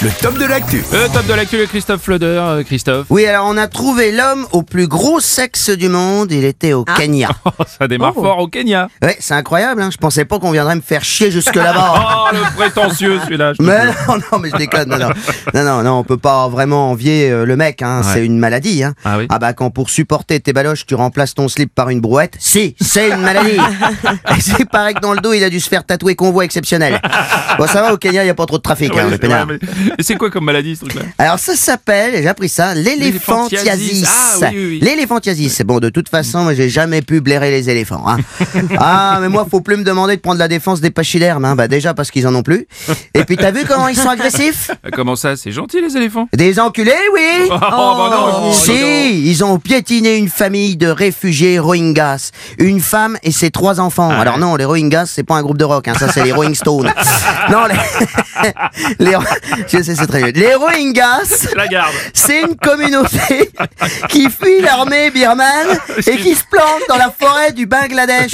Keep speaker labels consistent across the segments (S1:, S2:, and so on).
S1: le top de l'actu.
S2: Le Euh, top de l'actu, le Christophe Flodeur. Euh, Christophe,
S3: Oui, alors on a trouvé l'homme au plus gros sexe du monde. Il était
S2: Ah.
S3: au Kenya.
S2: Oh, ça démarre fort au Kenya.
S3: Ouais, c'est incroyable. Hein. Je pensais pas qu'on viendrait me faire chier jusque là-bas.
S2: Oh, le prétentieux celui-là. je te
S3: Mais
S2: jure.
S3: non, non, mais je déconne. Non, non, non, non, non, on peut pas vraiment envier euh, le mec. Hein. C'est une maladie. Hein.
S2: Ah oui.
S3: bah quand pour supporter tes baloches, tu remplaces ton slip par une brouette. Si, c'est une maladie. Et c'est pareil que dans le dos, il a dû se faire tatouer convoi exceptionnel. Bon, ça va au Kenya, il y a pas trop de trafic. hein,
S2: Ouais,
S3: le
S2: ouais,
S3: pénard.
S2: mais- Et c'est quoi comme maladie ce truc-là
S3: Alors ça s'appelle, j'ai appris ça, l'éléphantiasis.
S2: L'éléphantiasis. Ah, oui, oui, oui.
S3: L'éléphantiasis. Bon, de toute façon, moi, j'ai jamais pu blairer les éléphants. hein. ah, mais moi, faut plus me demander de prendre la défense des pachydermes. hein. Bah déjà parce qu'ils en ont plus. Et puis t'as vu comment ils sont agressifs
S2: Euh, Comment ça C'est gentil les éléphants
S3: Des enculés, oui.
S2: Oh, bah non, dis
S3: si,
S2: donc.
S3: ils ont piétiné une famille de réfugiés Rohingyas, une femme et ses trois enfants.
S2: Ah
S3: Alors non, les Rohingyas, c'est pas un groupe de rock, hein, ça c'est les Rolling Stones. non, les, les, je sais, c'est très vieux. Les Rohingyas,
S2: La garde
S3: c'est une communauté qui fuit l'armée birmane et qui se plante dans la forêt du Bangladesh.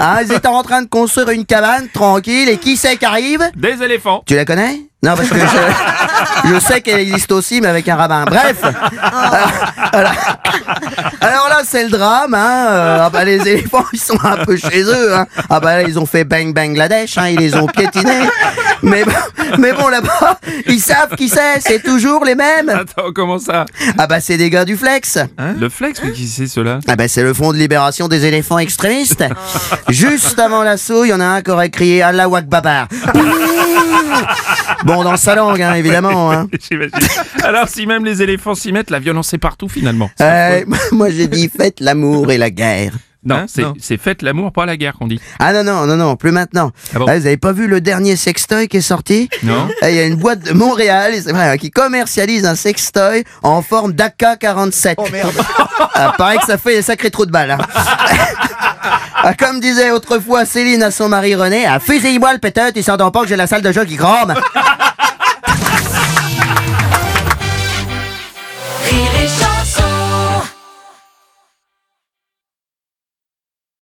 S3: Hein, ils étaient en train de construire une cabane tranquille et qui c'est qui arrive
S2: Des éléphants
S3: tu la connais Non, parce que je, je sais qu'elle existe aussi, mais avec un rabbin. Bref Alors, alors- alors là, c'est le drame. Hein. Euh, ah bah, les éléphants, ils sont un peu chez eux. Hein. Ah bah là, ils ont fait Bang Bangladesh, hein. ils les ont piétinés. Mais bon, mais bon là-bas, ils savent qui c'est, c'est toujours les mêmes.
S2: Attends, comment ça
S3: Ah bah c'est des gars du flex.
S2: Le flex, mais qui c'est cela
S3: Ah ben c'est le Front de libération des éléphants extrémistes. Juste avant l'assaut, il y en a un qui aurait crié Allah Akbar. bon, dans sa langue, hein, évidemment. Hein.
S2: J'imagine. Alors, si même les éléphants s'y mettent, la violence est partout finalement.
S3: Euh, moi j'ai dit faites l'amour et la guerre.
S2: Non,
S4: Hein
S2: c'est-
S4: Non.
S2: c'est faites l'amour, pas la guerre qu'on dit.
S3: Ah non, non, non, non, plus maintenant.
S2: Ah bon
S3: vous avez pas vu le dernier sextoy qui est sorti
S2: Non.
S3: Eh, Il y a une boîte de Montréal, et c'est vrai, hein, qui commercialise un sextoy en forme d'AK-47. Oh merde Pareil que ça fait des sacrés trous de balles. hein. Ah, Comme disait autrefois Céline à son mari René, ah, fusille-moi le péteur, tu s'entends pas que j'ai la salle de jeu qui grambe.